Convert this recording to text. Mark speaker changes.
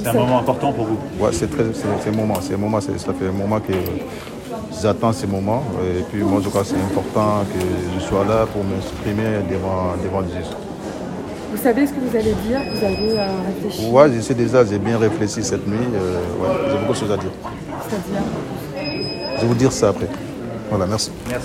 Speaker 1: C'est un moment important pour vous.
Speaker 2: Ouais, c'est très, c'est, c'est un moment, c'est un moment, c'est- ça fait un moment que j'attends ces moments. Et puis moi, en tout cas, c'est important que je sois là pour m'exprimer devant, devant Jésus.
Speaker 3: Vous savez ce que vous allez dire, vous avez euh, réfléchi,
Speaker 2: Ouais, je sais déjà, j'ai bien réfléchi cette nuit. euh, ouais, j'ai beaucoup de choses à dire.
Speaker 3: c'est-à-dire
Speaker 2: Je vais vous dire ça après. Voilà, merci.
Speaker 1: Merci.